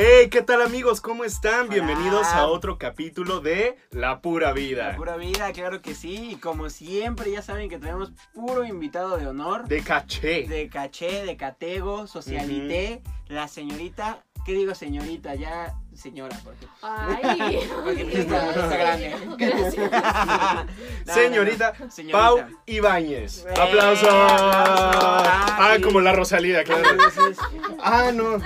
Hey, ¿qué tal amigos? ¿Cómo están? Bienvenidos a otro capítulo de La Pura Vida. La pura vida, claro que sí. Y como siempre, ya saben que tenemos puro invitado de honor. De, De caché. caché, de catego, socialité. La señorita, ¿qué digo señorita? Ya señora, porque... Ay, Porque tú estás- estás grande. Gracias. No, Señorita, no, no. Señorita. Pau Ibáñez. Eh, ¡Aplauso! aplauso. Ah, sí. como la Rosalía, claro. Entonces, Ah, no.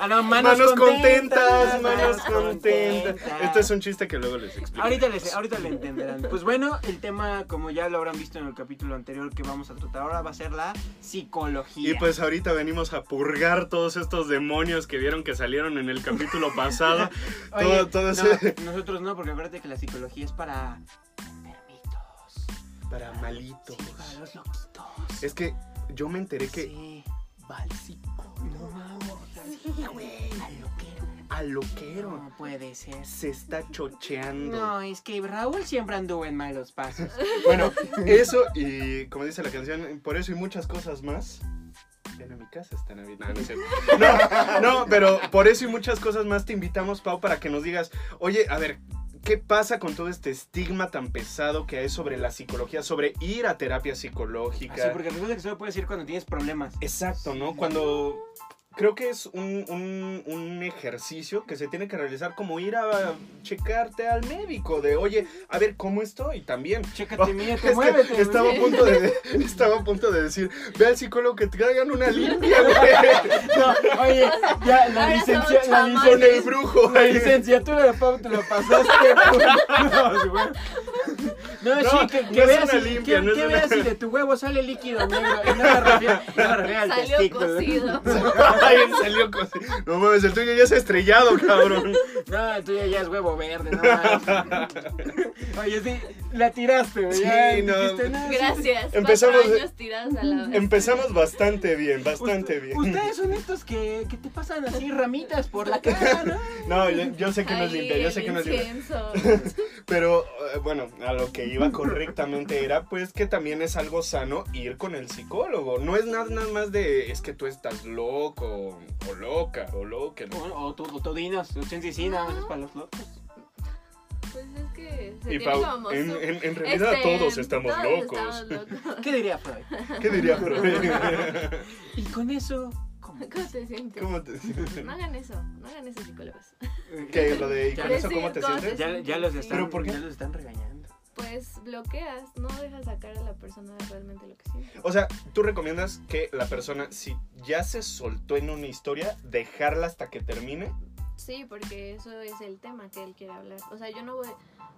Ah, no, Manos, manos, contentas, contentas, manos contentas. Este Esto es un chiste que luego les explico. Ahorita les, ahorita le entenderán. Pues bueno, el tema, como ya lo habrán visto en el capítulo anterior que vamos a tratar ahora, va a ser la psicología. Y pues ahorita venimos a purgar todos estos demonios que vieron que salieron en el capítulo pasado. Oye, todo- todo no, ese- nosotros no, porque acuérdate que la psicología es para enfermitos, Para malitos. sí, para los loquitos. Es que yo me enteré que Sí. va al psicólogo, No mames, sí, güey. A lo que- al loquero. No puede ser. Se está chocheando. No, es que Raúl siempre anduvo en malos pasos. Bueno, eso y como dice la canción, por eso y muchas cosas más. Ven a mi casa esta Navidad. No, no es cierto. No, no, pero por eso y muchas cosas más te invitamos, Pau, para que nos digas, oye, a ver, ¿qué pasa con todo este estigma tan pesado que hay sobre la psicología, sobre ir a terapia psicológica? Así, Ah, porque resulta que solo puedes ir cuando tienes problemas. Exacto, ¿no? Cuando creo que es un, un- un ejercicio que se tiene que realizar como ir a checarte al médico de, oye, a ver, ¿cómo estoy? También. Chécate, mira, Es te que muévete. estaba a güey. punto de estaba a punto de decir, ve al psicólogo que te hagan una limpia, güey, No, oye, ya, la, Ahora licencia, somos la, chamacos. con el licencia, brujo. la licenciatura de Pau te lo pasaste. putos, güey. No, No, sí, que, no que es veas, una si, limpia, que- no es que una- veas si de tu huevo sale líquido negro. Y no me refiero, no me refiero al Salió testículo. cocido. Ay, salió cosi- No mames, el tuyo ya es estrellado, cabrón. No, el tuyo ya es huevo verde, no mames. Oye, sí, la tiraste, güey. Sí, ya, no. pues, dijiste, no, sí. Gracias. Empezamos- Em, Cuatro años tirados a la Empezamos bastante bien, bastante bien. Ustedes son estos que, que te pasan así ramitas por la cara, ¿no? No, yo, yo sé que no es limpia, yo sé que no es limpia. Pues Pero eh, bueno, a lo que iba correctamente era pues que también es algo sano ir con el psicólogo. No es nada, nada más de es que tú estás loco o loca o loca. ¿no? O, o tú, o tú dinos, o chance sí, nada más es para los locos. Pues es que se Y tiene Pau, como en, su- en- en realidad este, todos estamos todos locos. estamos locos. ¿Qué diría Freud? ¿Qué diría profe? Y con eso, ¿cómo? ¿Cómo te sientes? ¿Cómo te No hagan eso, no hagan eso psicólogos. ¿Qué? ¿Lo de y con Ya- eso cómo te Decir sientes? Ya, ya los están, ¿Pero por qué? ya los están regañando. Pues bloqueas, no dejas sacar a la persona realmente lo que siente. O sea, tú recomiendas que la persona, si ya se soltó en una historia, dejarla hasta que termine. Sí, porque eso es el tema que él quiere hablar. O sea, yo no voy,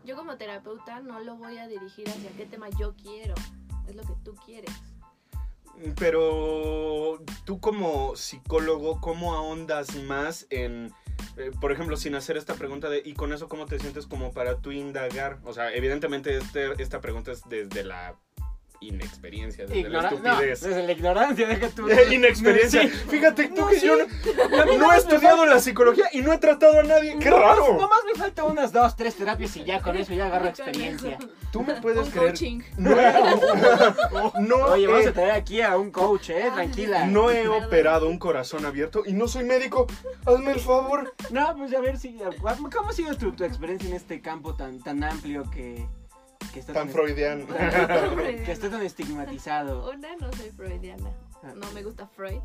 yo como terapeuta no lo voy a dirigir hacia qué tema yo quiero, es lo que tú quieres. Pero tú como psicólogo, ¿cómo ahondas más en, eh, por ejemplo, sin hacer esta pregunta de, ¿y con eso cómo te sientes como para tú indagar? O sea, evidentemente este- esta pregunta es desde la inexperiencia, desde la Ignora- no, estupidez. Eh, desde la ignorancia, deja tú. Inexperiencia. Sí. Fíjate tú No, que sí. yo no, no he estudiado la psicología y no he tratado a nadie. ¡Qué raro! Nomás me falta unas dos, tres terapias y ya con eso ya agarro Con experiencia. eso. Tú me Un puedes creer. coaching. No, he- no Oye, vamos he- a traer aquí a un coach, eh, tranquila. no he Perdón. operado un corazón abierto y no soy médico. Hazme el favor. No, pues a ver si. ¿Cómo ha sido tu, tu experiencia en este campo tan, tan amplio que, que está Tan freudiano. que está tan estigmatizado? Una, no soy freudiana. Ah. No me gusta Freud.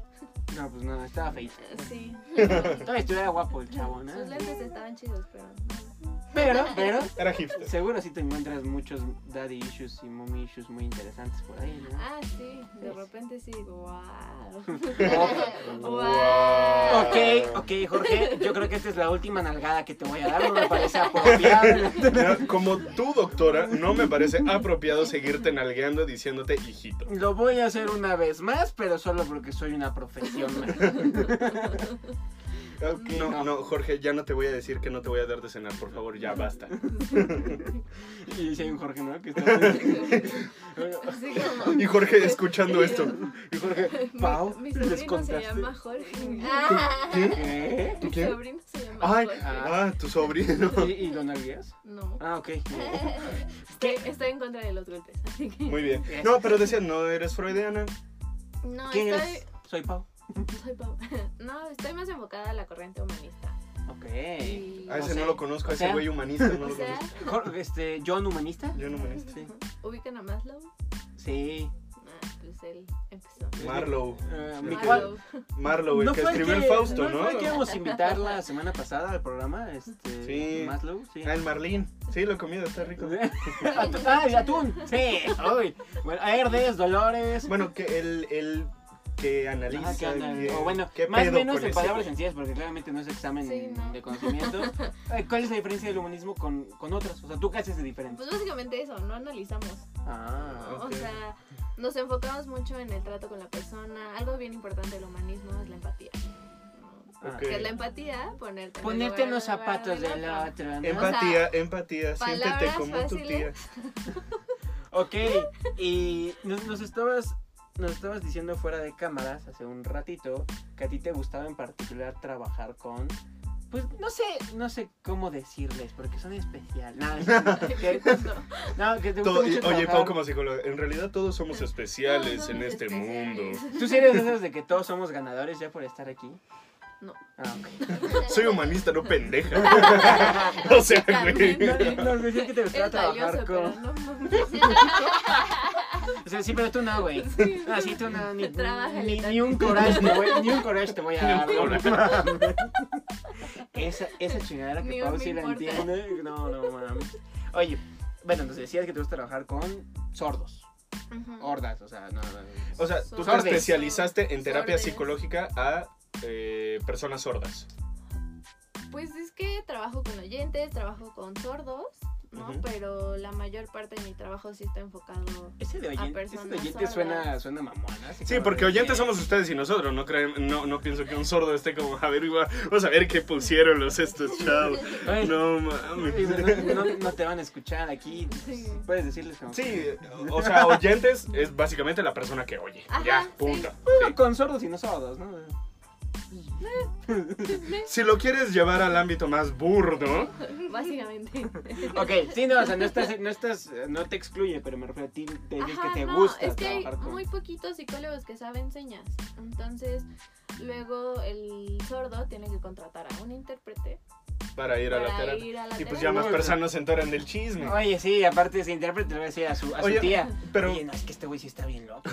No, pues no, estaba feito. Sí. Todavía estuviera guapo el chavo, ¿no? Ah. Sus lentes estaban chidos, pero no. Pero, pero, Era hipster. seguro sí te encuentras muchos daddy issues y mommy issues muy interesantes por ahí, ¿no? Ah, sí. De repente sí. ¡Wow! Guau. Ok, ok, Jorge, yo creo que esta es la última nalgada que te voy a dar, no me parece apropiado. Mira, Como tú, doctora, no me parece apropiado seguirte nalgueando diciéndote hijito. Lo voy a hacer una vez más, pero solo porque soy una profesional. No, no, Jorge, ya no te voy a decir que no te voy a dar de cenar, por favor, ya basta. Y dice un Jorge, ¿no? Que está... Así como. Y Jorge escuchando esto. y Jorge, Mi- Pau, mi, les sobrino se contaste. llama Jorge. Ah, ¿Qué? ¿Tú mi quién? sobrino se llama Ay, Jorge. ah, tu sobrino. ¿Y, y lo nalgueas? No. Ah, ok. Estoy, estoy en contra de los golpes, así que. Muy bien. No, pero decías, no eres freudiana. No, ¿Quién estoy. eres? Soy Pau. Soy Pau. No, estoy más enfocada a la corriente humanista. Ok. Y- A ese O sea, no lo conozco, a o ese sea- güey humanista Eh, ah, no o lo sea, conozco. Jorge, Este, ¿John humanista? Yo no humanista. Sí. ¿ubican a Maslow? Sí. Ah, pues él empezó. Marlowe. Eh, mi- Maslow. Marlowe, el No que fue el Ah, escribió el que- Fausto, No ¿no? fue el que íbamos a invitar la semana pasada al programa, este, Sí. Maslow, sí. Ah, el Marlín. Sí, lo he comido, está rico. Atu- ah, el atún, sí. Ay. Bueno, Herdes, Dolores. Bueno, que el, el que analiza. Ajá, que andan- bien, o bueno, qué más o pedo menos con en ese palabras güey. sencillas, porque claramente no es examen Sí, no. de conocimiento. Eh, ¿Cuál es la diferencia del humanismo con, con otras? O sea, ¿tú qué haces de diferente? Pues básicamente eso, no analizamos. Ah, Ok. O sea, nos enfocamos mucho en el trato con la persona. Algo bien importante del humanismo es la empatía. ¿no? ah. Ok. Que es la empatía, ponerte en el Ponerte en lugar- los zapatos de del la otro. otra. ¿no? Empa- Empatía, empatía, siéntete palabras como tu tía. fáciles. Ok, y nos, nos estabas nos estabas diciendo fuera de cámaras hace un ratito que a ti te gustaba en particular trabajar con pues no sé, no sé cómo decirles porque son especiales. No, que, No, no, que te gusta Todo- y- oye, mucho trabajar- Pau, como psicólogo, en realidad todos somos especiales todos en somos este especiales. mundo. ¿Tú sí eres de esos de que todos somos ganadores ya por estar aquí? No. Ah, ok. Soy humanista, no pendeja. o sea, güey. Básicamente. No, Nos decías que te gustaba Eres trabajar valioso, pero con... no mames. O sea, sí, pero tú no, güey. Sí. Ah, sí, tú no, ni, Trabájale ni, ni tantito. un coraje, te voy- ni un coraje te voy a Ni un dar. no mames. esa, esa chingadera Ni que un Pau me sí la importa. entiende. No, no, mames. Oye, bueno, nos decías que te gusta trabajar con sordos, Oh, Ujú. hordas, o sea, no, no. O sea, tú te Sordes. especializaste en terapia Sordes. psicológica a eh, personas sordas. Pues es que trabajo con oyentes, trabajo con sordos, ¿no? Ujú. Pero la mayor parte de mi trabajo sí está enfocado. Ese de oyente, ese de personas oyente suena, sordas. suena mamona. así Sí, como porque de oyentes que- somos ustedes y nosotros, no creen, no, no pienso que un sordo esté como, a ver, iba- vamos a ver qué pusieron los estos chavos. Ay, No Ay, mames. No, no- no te van a escuchar aquí. pues, Sí. Puedes decirles como. Sí, o sea, oyentes es básicamente la persona que oye. Ajá, ya, sí. punta. Bueno, con sordos y no sordos, ¿no? Si lo quieres llevar al ámbito más burdo, Básicamente. Ok, sí, no, o sea, no estás, no estás, no te excluye, pero me refiero a ti, te dices que te no, gusta es que hay trabajar con. muy poquitos psicólogos que saben señas. Entonces, luego el sordo tiene que contratar a un intérprete para ir a la para terapia. ir a la Y pues terapia. ya más personas se enteran del chisme. Oye, sí, aparte ese intérprete le va a decir a su, a su Oye, tía. Pero, Oye, no, es que este güey sí está bien loco.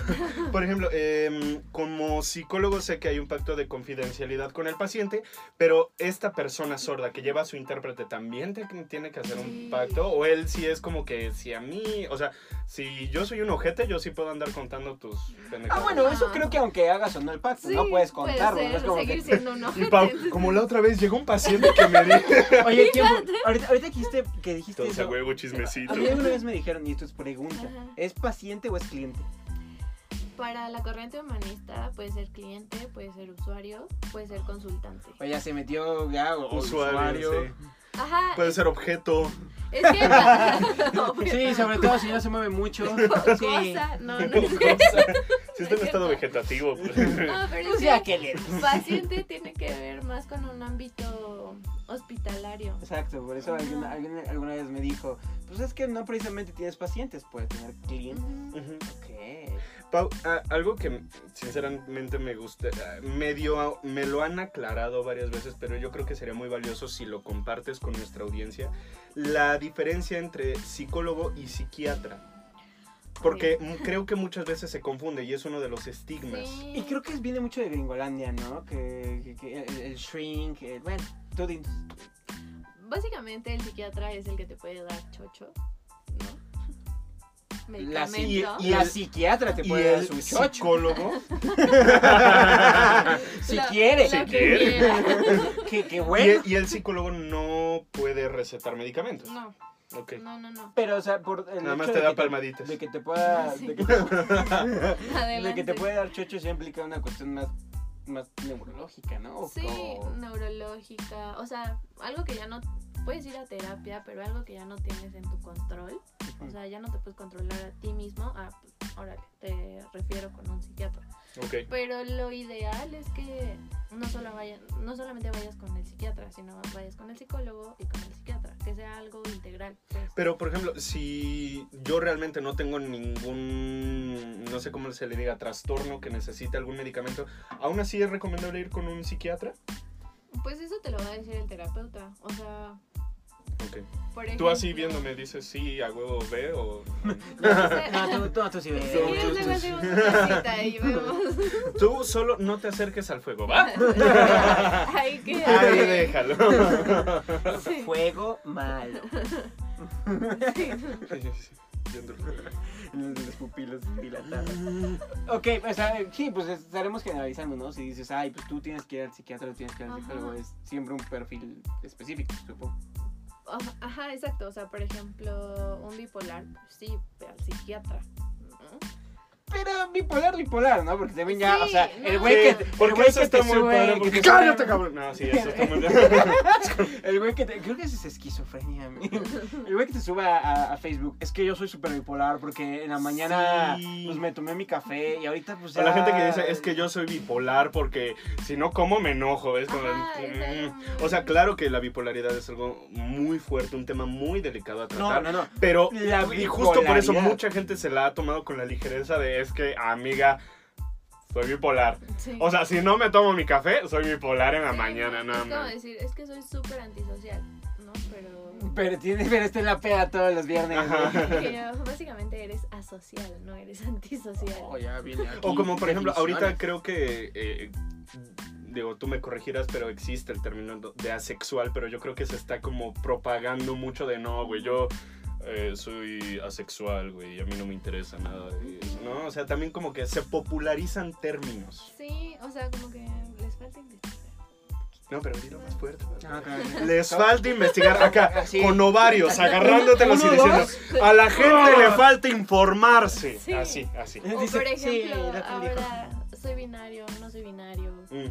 por ejemplo, em, como psicólogo sé que hay un pacto de confidencialidad con el paciente, pero esta persona sorda que lleva a su intérprete también te- tiene que hacer Sí. un pacto, o él sí es como que si a mí, o sea, si yo soy un ojete, yo sí puedo andar contando tus Ah, pendejadas. bueno, eso Ah. creo que aunque hagas o no el pacto, Sí, no puedes puede contarlo. ser, no es como seguir que, siendo un Y ojete. Pau, como la otra vez llegó un paciente que me dijo... Oye, tiempo, ahorita, ahorita que dijiste, que dijiste Todos a eso, huevo a chismecito. mí alguna vez me dijeron, y esto es pregunta, Ajá. ¿es paciente o es cliente? Para la corriente humanista puede ser cliente, puede ser usuario, puede ser consultante. O ya se metió ya o o Usuario, usuario. sí. Ah, Ajá, Puede ser objeto. es que no, pues, Sí, sobre todo si no se mueve mucho. Sí. cosa, no, no, o cosa. Si está en estado vegetativo. pues. no, pero Pues es ya que que le. paciente tiene que ver más con un ámbito hospitalario. Exacto, por eso alguien, alguien alguna vez me dijo, pues es que no precisamente tienes pacientes, puedes tener clientes. Ujú. Ujú. Ok. Pau, a- algo que sinceramente me gusta, a- medio, me lo han aclarado varias veces, pero yo creo que sería muy valioso si lo compartes con nuestra audiencia, la diferencia entre psicólogo y psiquiatra. Porque mm, creo que muchas veces se confunde y es uno de los estigmas. Sí. Y creo que viene mucho de Gringolandia, ¿no? Que, que- que el, el shrink, el- bueno, tú dinos. Básicamente el psiquiatra es el que te puede dar chocho, ¿no? La, Medicamento. psiqui- Medicamento. la psiquiatra te Y puede dar el su chocho. psicólogo, si Lo- quiere. lo que quiere. quiera. Que, que y, bueno. el, y el psicólogo no puede recetar medicamentos. No, Ok. no, no, no. Pero, o sea, por el Nada más hecho te de da que palmaditas. De que te pueda... Sí. De que te- Adelante. De que te puede dar chocho ya implica una cuestión más, más neurológica, ¿no? O- Sí, o- neurológica. O sea, algo que ya no. Puedes ir a terapia, pero algo que ya no tienes en tu control. O sea, ya no te puedes controlar a ti mismo. Ah, pues, órale, te refiero con un psiquiatra. Ok. Pero lo ideal es que no, solo vaya- no solamente vayas con el psiquiatra, sino vayas con el psicólogo y con el psiquiatra. Que sea algo integral. pues. Pero, por ejemplo, si yo realmente no tengo ningún, no sé cómo se le diga, trastorno que necesite algún medicamento, ¿aún así es recomendable ir con un psiquiatra? Pues eso te lo va a decir el terapeuta. O sea, Ok. por ejemplo. Tú así viéndome dices sí, a huevo ve o... No, tú, tú, tú sí ves. Sí, luego Tú, tú, tú. hacemos una cita y vemos. Tú solo no te acerques al fuego, ¿va? Ay, qué. Ahí déjalo. Sí. Fuego malo. Sí, sí, viendo el fuego. Las pupilas dilatadas. Ok, o sea, sí, pues estaremos generalizando, ¿no? Si dices, ay, pues tú tienes que ir al psiquiatra o tienes que ir al Ajá. psicólogo, es siempre un perfil específico, supongo. Ajá, Ajá, exacto. O sea, por ejemplo, un bipolar, pues sí, ve al psiquiatra. Pero bipolar, bipolar, ¿no? Porque también ya, Sí, o sea, el no. güey que, Sí, el porque güey eso que te está muy sube, padre. que Porque... te sube- ¡Cállate, cabrón! No, sí, eso está muy El güey que te. Creo que eso es esquizofrenia. amigo. El güey que te sube a, a- a Facebook. Es que yo soy súper bipolar porque en la mañana Sí. pues me tomé mi café y ahorita pues ya. O la gente que dice, es que yo soy bipolar porque si no como me enojo. Es como, Ajá, es algo mm. muy- O sea, claro que la bipolaridad es algo muy fuerte, un tema muy delicado a No, tratar. no, no. Pero, La y justo por eso bipolaridad. mucha gente se la ha tomado con la ligereza de es que, amiga, soy bipolar. Sí. O sea, si no me tomo mi café, soy bipolar en la Sí, mañana, no, nada Es como más. decir, es que soy súper antisocial, ¿no? Pero. Pero, tiene, pero está en la peda todos los viernes. Ajá. pero básicamente eres asocial, no eres antisocial. Oh, ya viene aquí O como por ejemplo, ahorita definiciones. creo que, eh, digo, tú me corregirás, pero existe el término de asexual, pero yo creo que se está como propagando mucho de no, güey, yo eh, soy asexual, güey, y a mí no me interesa nada de eso", ¿no? O sea, también como que se popularizan términos. Sí, o sea, como que les falta investigar. No, pero dilo más fuerte. más Ah, fuerte. ok. Les falta investigar acá, Así. con ovarios, agarrándotelos y Uno, diciendo, dos. Ah. a la gente le falta informarse. Sí. Así, así. O Dice, por "Sí, ejemplo, era tan viejo". ahora soy binario, no soy binario, Mm.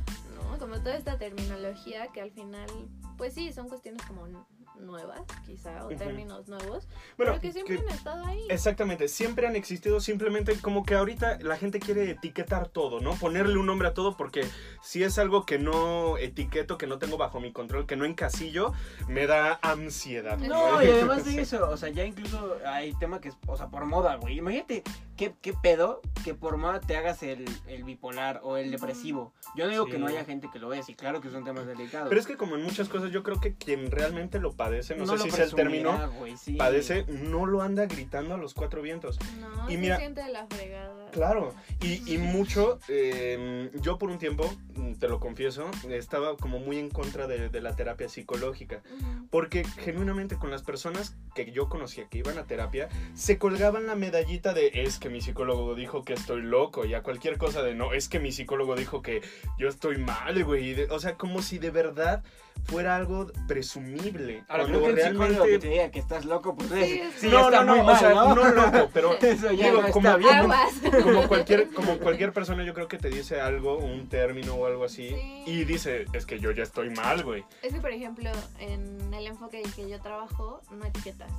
¿no? Como toda esta terminología que al final, pues sí, son cuestiones como n- nuevas, quizá, o Ujú. términos nuevos, Bueno, pero que siempre que- han estado ahí. Exactamente, siempre han existido, simplemente como que ahorita la gente quiere etiquetar todo, ¿no? Ponerle un nombre a todo porque si es algo que no etiqueto, que no tengo bajo mi control, que no encasillo, me da ansiedad. No, y además de eso, o sea, ya incluso hay tema que es, o sea, por moda, güey. Imagínate qué, qué pedo que por moda te hagas el, el bipolar o el depresivo. Yo no digo Sí. que no haya gente que lo es, y claro que son temas delicados. Pero es que como en muchas cosas yo creo que quien realmente lo padece, no, sé lo si sea el presumirá, término, güey, sí. padece, no lo anda gritando a los cuatro vientos. No, Y y mira- siente de la fregada. Claro, y, y mucho, eh, yo por un tiempo, mm, te lo confieso, estaba como muy en contra de- de la terapia psicológica. Ujú. Porque genuinamente con las personas que yo conocía que iban a terapia, se colgaban la medallita de es que mi psicólogo dijo que estoy loco y a cualquier cosa de no, es que mi psicólogo dijo que yo estoy mal, güey. y de- O sea, como si de verdad fuera algo presumible. Ahora, creo cuando que el psicólogo que te realmente... diga que estás loco, pues Sí, es- es- sí, no, está no, muy no, mal, o sea, no, ¿no? loco, pero Eso ya Digo, no como- está bien. Aguas. como cualquier, como cualquier persona yo creo que te dice algo, un término o algo así, Sí. y dice, es que yo ya estoy mal, güey. Es que, por ejemplo, en el enfoque en que yo trabajo, no etiquetas.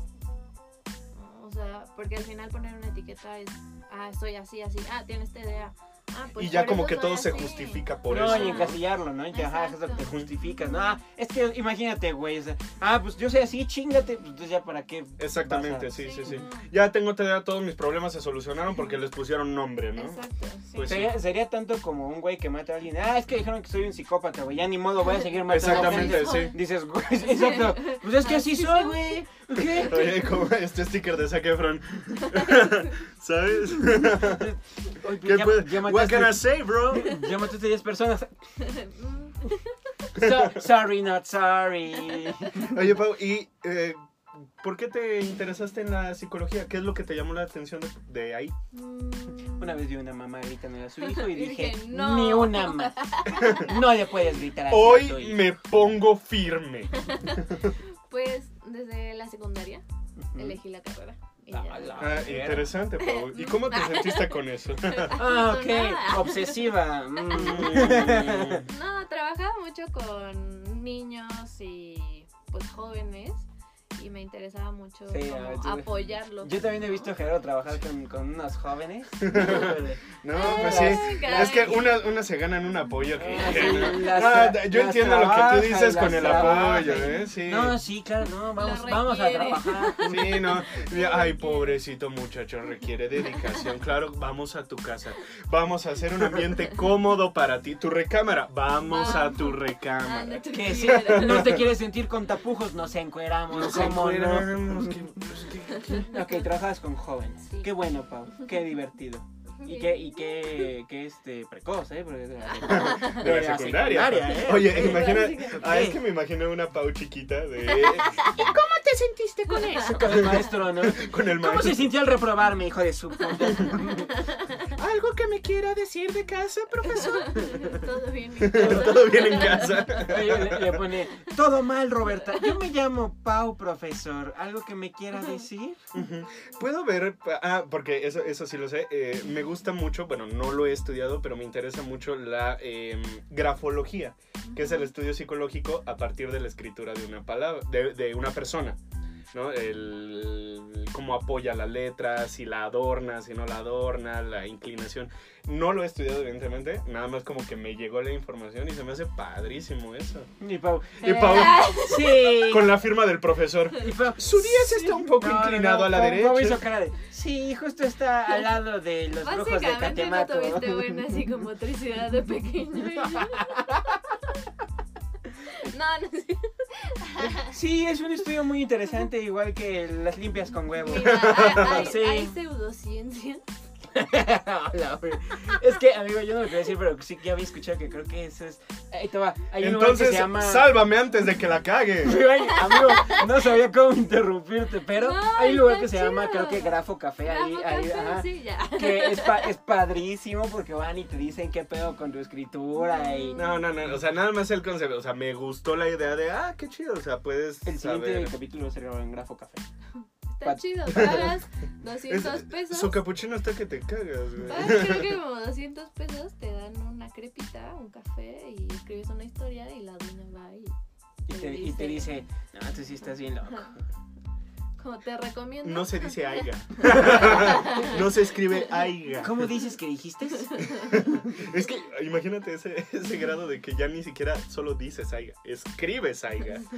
¿no? O sea, porque al final poner una etiqueta es, ah, soy así, así, ah, tienes TDA. Ah, pues y ya por como eso que soy todo se así. justifica por no, eso. y ¿no? encasillarlo, ¿no? Y que ajá, es lo que te Exacto. justificas, ¿no? Ah, es que imagínate, güey. o sea, ah, pues yo soy así, chingate. Pues entonces ya para qué. Exactamente, vas sí, sí, sí. no, Ya tengo TDA, todos mis problemas se solucionaron porque les pusieron nombre, ¿no? Exacto, sí. Pues sí. Sería, sería tanto como un güey que mata a alguien. Ah, es que dijeron que soy un psicópata, güey. Ya ni modo, voy a seguir matando a Exactamente, gente. sí. Dices, güey, exacto. Pues es que así soy, güey. ¿Qué? Oye, como este sticker de Zac Efron. ¿Sabes? Oye, pues ¿Qué ya, puede- ya What can I mataste, say, bro? ya mataste 10 personas. Mm, So- sorry, not sorry. Oye, Pau, ¿y eh, por qué te interesaste en la psicología? ¿Qué es lo que te llamó la atención de, de ahí? mm. Una vez vi una mamá gritándole a su hijo y Y dije, dije, "No". ni una más. No le puedes gritar así a tu Hoy hijo". me pongo firme. Pues desde la secundaria elegí la carrera. y ya. Ah, la- Ah, interesante, Pau. ¿Y cómo te sentiste con eso? Ah, ok. Nada. Obsesiva. Mm. Mm, No, trabajaba mucho con niños y pues jóvenes y me interesaba mucho Sí, como ah, entonces- apoyarlo. Yo también he ¿no? visto a Gerardo trabajar con, con unos jóvenes. No, Ah, pues sí. caray. Es que unas unas se ganan un apoyo que. Ah, que sí, no. las Ah, tra- yo las entiendo lo que tú trabaja y dices con las el trabaja apoyo, y- ¿eh? Sí. No, sí, claro, no, vamos, Lo vamos a requiere. trabajar. Sí, no. Ay, pobrecito muchacho, requiere dedicación. Claro, vamos a tu casa. Vamos a hacer un ambiente cómodo para ti. Tu recámara. Vamos a tu Ah, recámara. no te Que si quiero. no te quieres sentir con tapujos, nos encueramos, ¿cómo no? encueramos, que- pues, que- Ok, trabajas con jóvenes. Sí. Qué bueno, Pau, qué divertido. Y qué, y qué, qué, este, precoz, ¿eh? Porque de la, De la secundaria. ¿eh? Oye, imagina. Sí. Ah, es que me imaginé una pau chiquita de. te sentiste con eso? Con el maestro, ¿no? Con el ¿Cómo maestro. se sintió al reprobarme, hijo de su puta? Algo que me quiera decir de casa, profesor. Todo bien. Todo bien en casa. Oye, le, le pone, todo mal, Roberta. Yo me llamo Pau, profesor. ¿Algo que me quiera decir? Ujú. Puedo ver, pa- ah, porque eso, eso sí lo sé, eh, me gusta mucho, bueno, no lo he estudiado, pero me interesa mucho la em, grafología, que es el estudio psicológico a partir de la escritura de una palabra, de, de una persona, ¿no? El, cómo apoya la letra, si la adorna, si no la adorna, la inclinación. No lo he estudiado, evidentemente, nada más como que me llegó la información y se me hace padrísimo eso. Y Pau, Eh, Y Pau, ah, sí. con la firma del profesor. Y Pau, Su 10 está un poco No, no, no, inclinado a la Pau- Pau derecha. hizo cara de, sí, justo está al lado de los brujos de Básicamente no Catemaco. tuviste buena psicomotricidad de pequeño. No, no sé. Sí, es un estudio muy interesante, igual que las limpias con huevo. Mira, hay, hay- Sí. hay pseudociencia. La verdad. es que, amigo, yo no lo quería decir, pero sí que ya había escuchado que creo que eso es. Ahí te va. Hay un lugar que Entonces, se llama. sálvame antes de que la cague. Ay, amigo, no sabía cómo interrumpirte, pero No, hay un lugar está que se chido. llama, creo que Grafo Café, ahí, Rafa ahí, Café, ajá, sí, ya. que es, pa- es padrísimo porque van y te dicen qué pedo con tu escritura y No, no, no, o sea, nada más el concepto, o sea, me gustó la idea de, ah, qué chido, o sea, puedes el siguiente saber. capítulo se grabó en Grafo Café. Está chido, pagas 200 Es- pesos. Su capuchino está que te cagas, Pagas, güey. creo que como 200 pesos te dan una crepita, un café y escribes una historia y la dueña va y Y te, y te dice, no, tú sí estás bien loco. como te recomiendo. No se dice aiga. No se escribe aiga. ¿Cómo dices que dijiste? Es que imagínate ese, ese grado de que ya ni siquiera solo dices aiga, escribes aiga.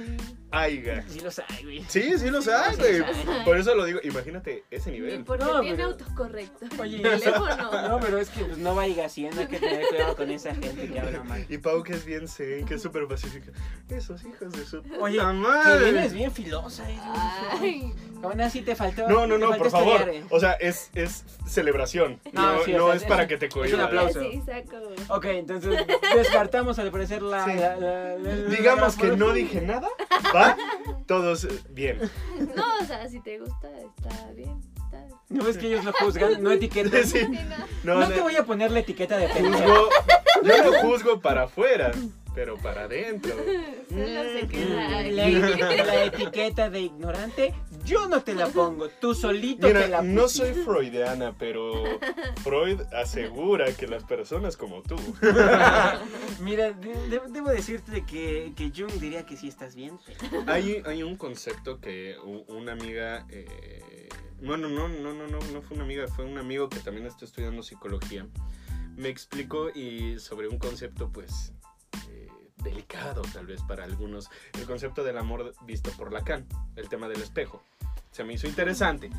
Aiga. Sí lo sabe, güey. Sí, sí lo Sí, sabes, sí güey. lo sabe. Por eso lo digo, imagínate ese Y nivel. porque No, tiene pero- autocorrecto. en Oye, el eso- teléfono. No, pero es que pues, no vaya haciendo, hay que tener cuidado con esa gente que habla mal. Y Pau que es bien zen, que es súper pacífica. Esos hijos de su Oye, puta Que madre. eres bien filosa, eh. Ay, Aún así te faltó. No, no, te no, faltó por favor. estudiar, eh. O sea, es, es celebración. No, No, sí, o no sea, es es- para que te es un cohibas. aplauso. sí, saco. Ok, entonces descartamos al parecer la. Sí. la- la- la- la- Digamos la- que no dije nada, ¿va? Todos eh, bien. No, o sea, si te gusta, está bien. Está bien. No es que ellos lo juzgan, no etiquetan. Sí, Sí, no. no, No no, te voy a poner la etiqueta de pendejo. juzgo- yo lo juzgo para afuera, pero para adentro. Solo Mm, se queda La, ahí. la etiqueta de ignorante, yo no te la pongo, tú solito te Mira, la no pusiste. soy freudiana, pero Freud asegura que las personas como tú. Mira, de- de- debo decirte que, que Jung diría que sí estás bien. pero- Hay, hay un concepto que u- una amiga. eh, bueno, no, no, no, no, no fue una amiga, fue un amigo que también está estudiando psicología. Me explicó y sobre un concepto, pues. eh, delicado, tal vez para algunos. El concepto del amor visto por Lacan, el tema del espejo. Se me hizo interesante.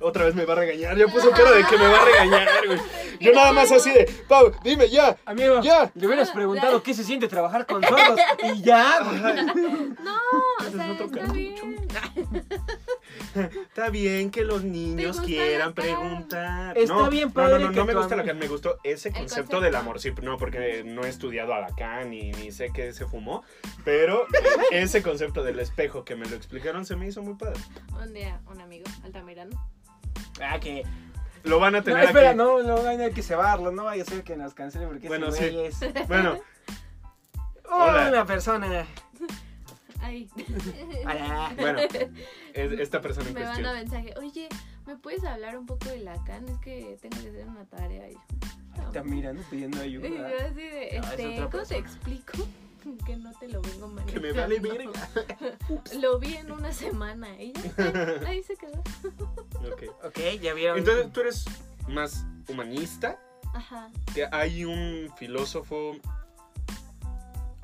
Otra vez me va a regañar, ya puso cara de que me va a regañar, güey. Yo nada más así de, Pau, dime ya, Amigo, ya. le hubieras preguntado qué se siente trabajar con sordos y ya. güey. No, o Ese es sea, otro está cartucho. bien. Está bien que los niños gusta quieran la cara? preguntar. Está no, bien no, No, padre no, que no me tu gusta am- Lacan, me gustó ese El concepto, concepto. del amor. Sí, no, porque no he estudiado a Lacan y ni sé qué se fumó, pero ese concepto del espejo que me lo explicaron se me hizo muy padre. Un día, un amigo, Altamirano. Ah, que. Lo van a No, tener espera, aquí. no, no, no hay que cebarlo, no vaya a ser que nos cancele porque Bueno, ese sí. güey es. Bueno, Hola. Hola. Una persona. Ahí. Hola. bueno, es- esta persona en Me manda cuestión. mensaje. Oye, ¿me puedes hablar un poco de Lacan? Es que tengo que hacer una tarea. Y yo, Te "No". miran pidiendo Y yo ayuda. así de, No, es Ah, este, otra ¿cómo te persona. explico? que no te lo vengo manejando. Que me vale verga. Lo vi en una semana y ya está, ahí se quedó. Ok. Ok, ya vieron. Entonces tú eres más humanista, Ajá. que hay un filósofo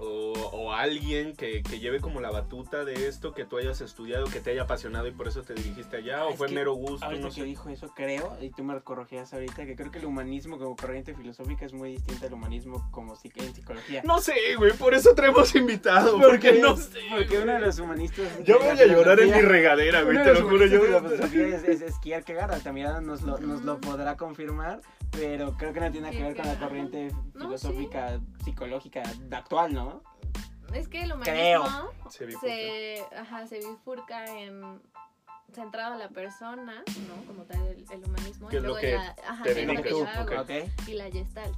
o, o alguien que, que lleve como la batuta de esto, que tú hayas estudiado, que te haya apasionado y por eso te dirigiste allá, Ah, o es fue que mero gusto, Ahorita no que sé. dijo eso, creo, y tú me corregías ahorita, que creo que el humanismo como corriente filosófica es muy distinta al humanismo como psique- en psicología. No sé, güey, por eso traemos invitado, porque, no sé. Porque güey. uno de los humanistas. Yo de voy la a llorar en mi filosofía- regadera, güey, uno te de lo los juro. Yo humanistas de la filosofía es, es, es Kier Kagawa, también ahora nos lo, nos lo podrá confirmar, pero creo que no tiene que ver con la corriente No, filosófica, psicológica actual, ¿no? Es que el Creo. humanismo Se bifurca. se, ajá, se bifurca en centrado a la persona, ¿no? Como tal el, el humanismo. Que es y lo luego que la, ajá, te que es lo que dedicas, yo ok. hago, Y la gestalt.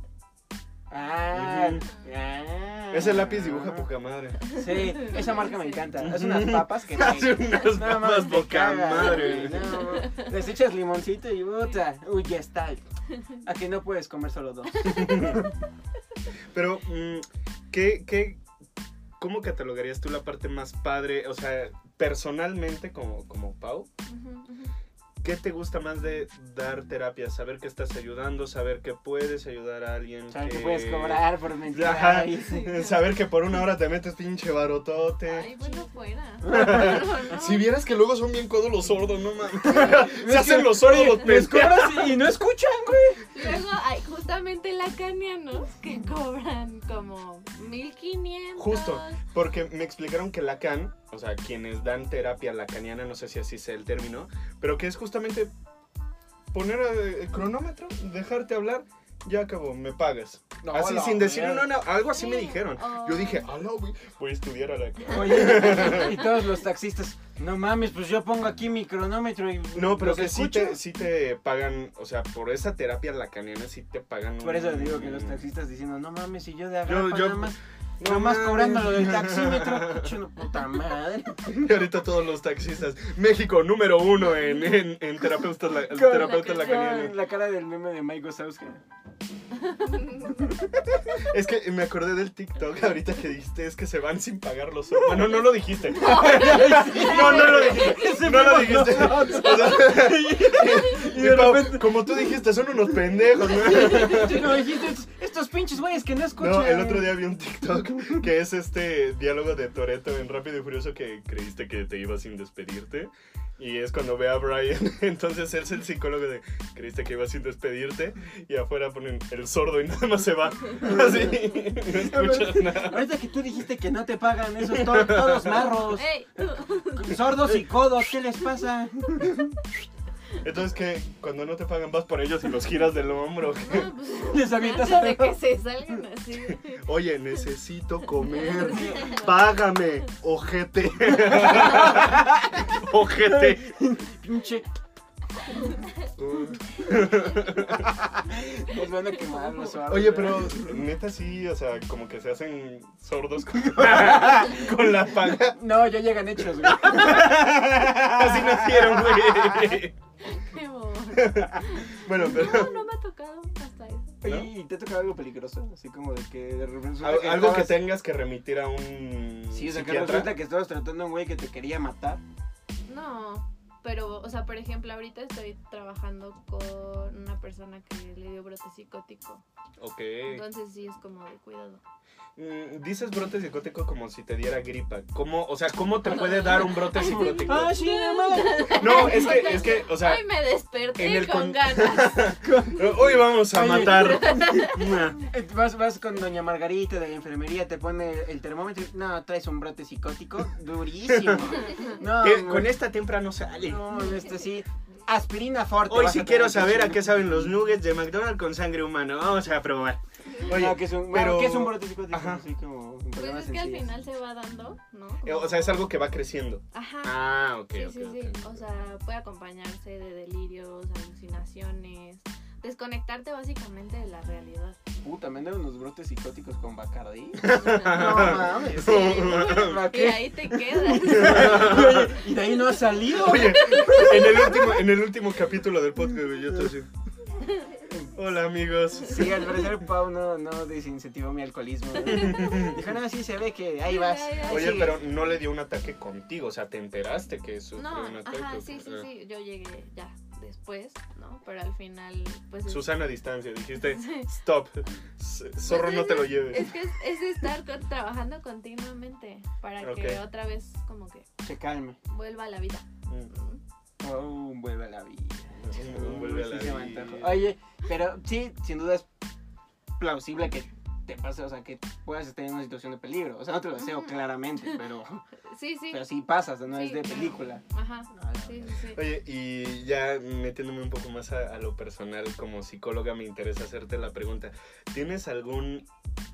Ah, Ujú. ah. Ese lápiz dibuja poca madre. Sí, esa marca me Sí. encanta. Es unas papas que Hace te- unas Nada papas más te poca cagas, madre. güey, no. Les echas limoncito y puta. Uy, ya está. A que no puedes comer solo dos. Pero, mm, ¿qué, qué, ¿cómo catalogarías tú la parte más padre? O sea, personalmente, como, como Pau, Ujú, ujú. ¿qué te gusta más de dar terapia? Saber que estás ayudando, saber que puedes ayudar a alguien. ¿Sabes que... que puedes cobrar por mentir? Ajá. Ay, sí. Saber que por una hora te metes pinche barotote. Ay, bueno, fuera. Pero no. Si vieras que luego son bien codos los sordos, no mames. Es Se que- hacen los sordos oye, los les pescados. cobras y no escuchan, güey. Luego hay justamente lacanianos que cobran como 1500. Justo. Porque me explicaron que Lacan, o sea, quienes dan terapia lacaniana, no sé si así sea el término, pero que es justamente poner eh, cronómetro, dejarte hablar, ya acabó, me pagas. así sin decir no, no, algo así me Sí, dijeron. o- Yo dije, "Ala, güey, voy a estudiar a Lacan. Oye, y todos los taxistas. No mames, pues yo pongo aquí mi cronómetro y. No, pero los que sí escucho. te, sí te pagan, o sea, por esa terapia lacaniana sí te pagan. Por eso un- digo que los taxistas diciendo, no mames, si yo de Yo- agarro yo- nada más, No nada más mames. cobrando lo del taxímetro, Pucho, no, puta madre. Y ahorita todos los taxistas. México número uno en, en, en terapeutas, la- terapeutas Lacan. lacanianos. Con la cara del meme de Mike Wazowski. Es que me acordé del TikTok ahorita que dijiste, es que se van sin pagar los ojos. Bueno, no lo dijiste. No, no lo dijiste. No lo dijiste. O sea, y Pau, como tú dijiste, son unos pendejos. ¿no? Sí, no, dijiste, estos, estos pinches güeyes que no escuchan. No, el otro día vi un TikTok que es este diálogo de Toreto en Rápido y Furioso que creíste que te iba sin despedirte. Y es cuando ve a Brian. Entonces él es el psicólogo de creíste que iba sin despedirte. Y afuera ponen el sordo y nada más se va. Así. y No escuchas nada. Ahorita que tú dijiste que no te pagan esos to- todos marros, Ey, tú. sordos y codos, ¿qué les pasa? Entonces que cuando no te pagan vas por ellos y los giras del hombro. No, pues, Les avientas antes de algo. que se salgan así. Oye, necesito comer. Págame, ojete. ojete. Pinche. Les van a quemar los suaves. Oye, pero neta sí, o sea, como que se hacen sordos con, con la paga. No, ya llegan hechos, güey. Así nacieron, güey. Qué bobo. Bueno, No, pero no me ha tocado hasta eso. Oye, ¿y te ha tocado algo peligroso? Así como de que de repente. resulta al- algo que estabas- tengas que remitir a un Sí, o sea, que psiquiatra. resulta que estabas tratando a un güey que te quería matar. No, pero, o sea, por ejemplo, ahorita estoy trabajando con una persona que le dio brote psicótico. Ok. Entonces sí es como de cuidado. Mm, Dices brote psicótico como si te diera gripa. ¿Cómo, o sea, cómo te puede dar un brote psicótico? ¡Ah, sí, mamá! No, es que, es que, o sea, Hoy me desperté en el con con- ganas. hoy vamos a Oye. matar. Eh, Vas, vas con doña Margarita de la enfermería, te pone el termómetro. y, No, traes un brote psicótico durísimo. No, Que güey. eh, con esta temprano no sale. No, este sí. Aspirina forte. Hoy vas sí a quiero tener que saber a chingar. qué saben los nuggets de McDonald's con sangre humana. Vamos a probar. No, que es un, bueno, pero- que es un brote psicótico. Ajá. Así como un Pues problema es que al sencillo. final se va dando, ¿no? Eh, O sea, es algo que va creciendo. Ajá. Ah, ok, Sí, ok, sí, sí. ok. O sea, puede acompañarse de delirios, alucinaciones, desconectarte básicamente de la realidad. Puta, me dan unos brotes psicóticos con Bacardí. No Sí, mames. ¿Para y qué? ahí te quedas. Oye, y de ahí no ha salido. Oye, en el último, en el último capítulo del podcast, güey, yo te decía, Hola amigos. Sí, al parecer Pau no, no desincentivó mi alcoholismo. ¿no? Dijo, no, sí, se ve que ahí vas. Ay, ay, Oye, sigue". pero no le dio un ataque contigo, o sea, te enteraste que sufrió No, un ataque. ajá, sí, sí, Ah. sí. Yo llegué ya después, ¿no? Pero al final, pues. es- Susana a distancia, dijiste, Sí. stop, s- zorro no te lo lleves. Es que es, es estar con- trabajando continuamente para que Ok. otra vez, como que Se calma. vuelva a la vida. Oh, vuelve a la vida. Mm, Vuelve a Sí la se me vida. antoja. Oye, pero sí, sin duda es plausible que te pase, o sea, que puedas estar en una situación de peligro. O sea, no te lo deseo Ujú. claramente, pero, Sí, sí. pero sí pasas, no es Sí, de claro. película. Ajá. Sí, sí, sí. Oye, y ya metiéndome un poco más a, a lo personal, como psicóloga me interesa hacerte la pregunta, ¿tienes algún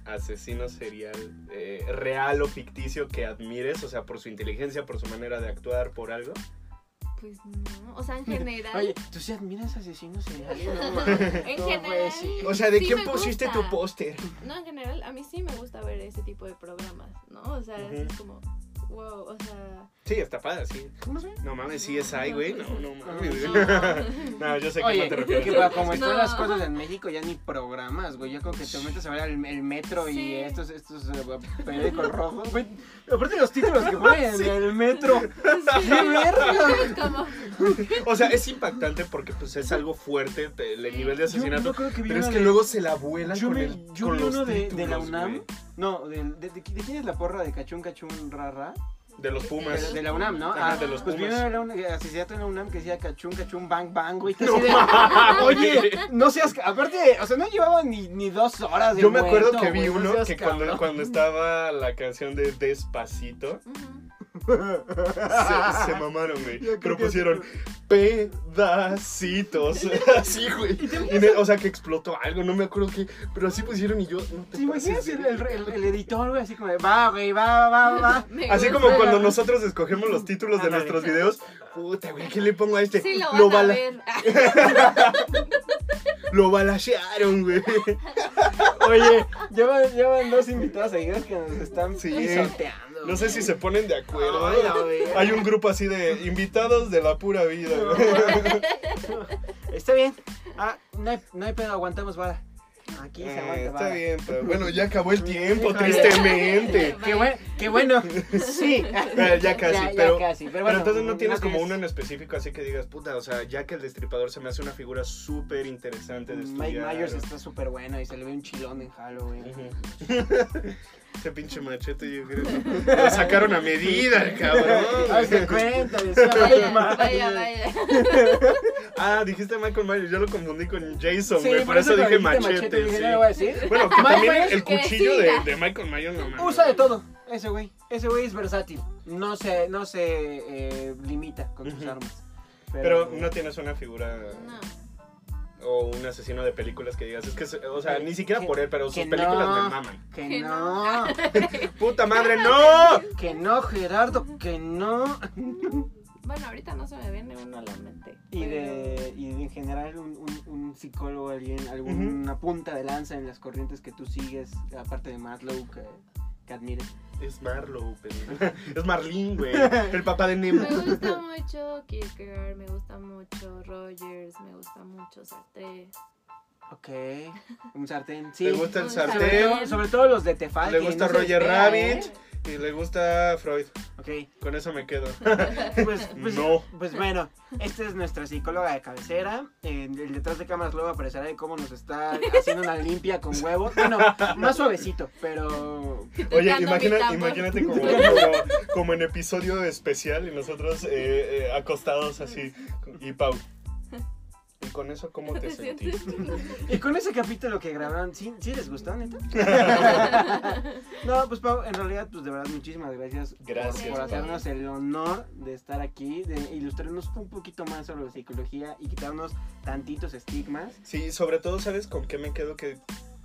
asesino serial eh, real o ficticio que admires? O sea, por su inteligencia, por su manera de actuar, por algo. Pues no. O sea, en general. Oye, ¿tú sí admiras asesinos seriales? No, mames. en ¿Cómo fue? general. Sí. O sea, ¿de sí quién me pusiste gusta. tu póster? No, en general, a mí sí me gusta ver ese tipo de programas, ¿no? O sea, así Ujú. es como, wow, o sea. Sí, está padre, sí. ¿Cómo se ve? No mames, sí es ahí, güey. No, no mames. no. No, yo sé que no Oye, te que refieres. va, como están No. las cosas en México, ya ni programas, güey. Yo creo que te metes a ver el, el metro y Sí. estos, estos eh, periódicos rojos, güey. Aparte los títulos que ponen, el metro. Sí. ¡Qué verga! Como, O sea, es impactante porque pues es algo fuerte te- el nivel de asesinato. creo que vi Pero es una que de- luego se la vuelan Yo con vi, el yo con vi los uno de, de títulos, la UNAM. güey. No, de, de, de- ¿de quién es la porra de cachún cachún rara? De los De, Pumas. la- de la UNAM, ¿no? Ajá, de los pues vi Pumas. uno Pues de la UNAM, asesinato en la UNAM que decía cachún cachún bang bang, güey. que No así de- mames. Ah, Oye, no seas. ca- Aparte, o sea, no llevaba ni, ni dos horas de Yo me acuerdo muerto, que vi güey, no uno seas que cuando, cabrón. cuando estaba la canción de Despacito, ujú. se, se mamaron, güey. Yo creo Pero que- pusieron pedacitos. Así, güey. Y ne- O sea, que explotó algo, no me acuerdo qué. Pero así pusieron y yo. No te ¿Te imaginas pases el, de- el- el- el editor, güey? Así como de, va, güey, va, va, va, va. Me Así gusta. como cuando nosotros escogemos los títulos de Ándale. nuestros videos. Puta, güey, ¿qué le pongo a este? Sí, lo van a bala- ver. Ah, lo balashearon, güey. Oye, llevan, llevan dos invitados seguidos que nos están Sí. pisoteando. No sé güey. si se ponen de acuerdo. Ay, la verga. Hay un grupo así de invitados de la pura vida. güey. Está bien. Ah, no hay, no hay pedo, aguantamos vara. Aquí se aguanta Eh, está vara. bien, pero bueno, ya acabó el tiempo, Híjole. tristemente. Qué, buen- qué bueno. Sí. Eh, ya casi, pero- casi, pero Pero, bueno, entonces no tienes como tienes- uno en específico, así que digas, puta, o sea, ya que el destripador se me hace una figura súper interesante de estudiar. Mike Myers está súper bueno y se le ve un chilón en Halloween. Ujú. Ese pinche machete, yo creo. Lo sacaron a medida, cabrón. Hace cuenta, decía Vaya, Mike Myers. vaya, vaya. Ah, dijiste Michael Myers, yo lo confundí con Jason, Sí, güey, por eso dije cuando dijiste machete. dije, sí. "Ah, "No lo voy a decir". Bueno, que Mike también Myers el que cuchillo sí, de, ya. de Michael Myers no mames. Usa de todo, ese güey. Ese güey es versátil. No se, no se eh, limita con sus Ujú. armas. Pero no tienes una figura No. o un asesino de películas que digas, es que, se- o sea, Que- ni siquiera que- por él, pero sus que películas no. me maman. Que Que no. ¡Puta madre, no! Que no, Gerardo, que no. Bueno, ahorita no se me viene uno a la mente. Y pero- de, y de en general un, un- un psicólogo, alguien, alguna punta de lanza en las corrientes que tú sigues, aparte de Maslow, que, que admires. Es Marlowe, pendejo. es Marlene, güey, el papá de Nemo. Me gusta mucho Kierkegaard, me gusta mucho Rogers, me gusta mucho Sartre. Ok. Un sartén, sí. Le gusta el Me gusta. sobre, sartén, todo, sobre todo los de Tefal. le que gusta no se Roger espera, Rabbit ¿eh? y le gusta Freud. Ok. Con eso me quedo. Pues, pues, No. pues bueno, esta es nuestra psicóloga de cabecera. En el detrás de cámaras luego aparecerá de cómo nos está haciendo una limpia con huevos. Bueno, más suavecito, pero. Oye, Tocando mi imagina, tambor. imagínate como, como, como en episodio especial y nosotros eh, eh, acostados así. Y Pau. ¿Y con eso cómo te ¿Te sientes? sentiste? Y con ese capítulo que grabaron, ¿sí, sí les gustó, neta? no, pues Pau, en realidad, pues de verdad, muchísimas gracias, por- Gracias, por, Pau. hacernos el honor de estar aquí, de ilustrarnos un poquito más sobre la psicología y quitarnos tantitos estigmas. Sí, sobre todo, ¿sabes con qué me quedo? Que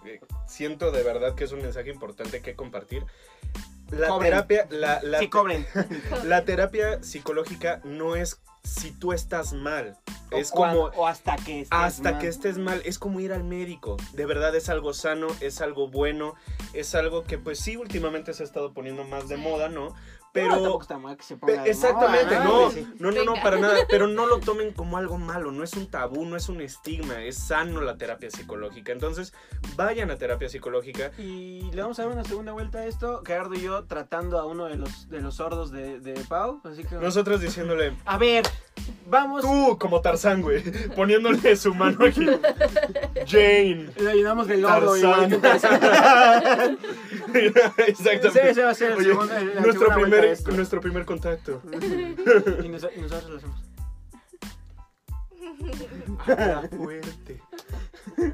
eh, siento de verdad que es un mensaje importante que compartir. La Cobren. terapia, la, la, sí, cobren. la terapia psicológica no es si tú estás mal. O Es cuan- como O hasta que estés hasta mal. que estés mal. Es como ir al médico. De verdad es algo sano, es algo bueno, es algo que pues sí últimamente se ha estado poniendo más de Sí. moda, ¿no? Pero Pero. tampoco está mal que se Pe- ponga de Exactamente, moda, no, Sí. no, no, no, Venga. para nada. Pero no lo tomen como algo malo, no es un tabú, no es un estigma, es sano la terapia psicológica. Entonces, vayan a terapia psicológica. Y le vamos a dar una segunda vuelta a esto. Gerardo y yo tratando a uno de los, de los sordos de, de Pau. Así que. Nosotros diciéndole, A ver, vamos. tú como Tarzán, güey, poniéndole su mano aquí. Jane. Le llenamos de lodo. igual que- Tarzán. Sí, Exactamente. ese va a ser el Oye, segundo- el- la nuestro, segunda vuelta de primer, esto. nuestro primer contacto. Y nos- y nosotros lo hacemos. Ah, fuerte.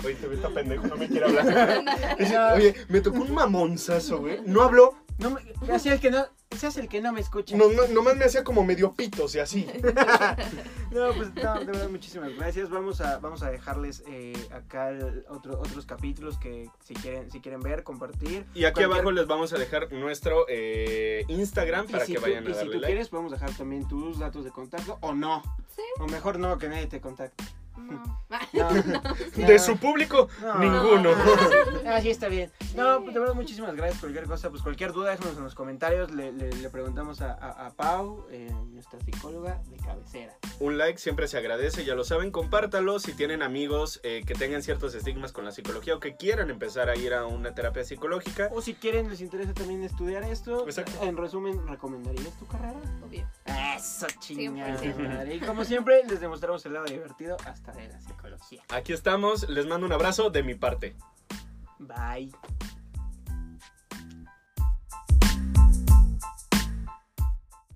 Oye, te ves tan pendejo, no me quiere hablar. Dice, Oye, me tocó un mamonzazo, güey. No habló, No me- así el que no, seas el que no me escucha. no, no- nomás me hacía como medio pitos y así. No, pues no, de verdad, muchísimas gracias. Vamos a, vamos a dejarles eh, acá el otro- otros capítulos que si quieren, si quieren ver, compartir. Y aquí Cualquier- abajo les vamos a dejar nuestro eh, Instagram Y para si que tú- vayan y a si tú darle like. quieres, podemos dejar también tus datos de contacto o no. Sí. O mejor no, que nadie te contacte. No. No, De su público, no. ninguno. Ah, sí, está bien. No, pues de verdad, muchísimas gracias. Cualquier cosa, pues cualquier duda, déjanos en los comentarios. Le, le- le preguntamos a, a- a Pau, eh, nuestra psicóloga de cabecera. Un like siempre se agradece, ya lo saben, compártalo si tienen amigos eh, que tengan ciertos estigmas con la psicología o que quieran empezar a ir a una terapia psicológica. O si quieren, les interesa también estudiar esto. Exacto. En resumen, ¿recomendarías tu carrera? Obvio. Eso, chingada 100%. madre. Y como siempre, les demostramos el lado divertido hasta de la psicología. Aquí estamos, les mando un abrazo de mi parte. Bye.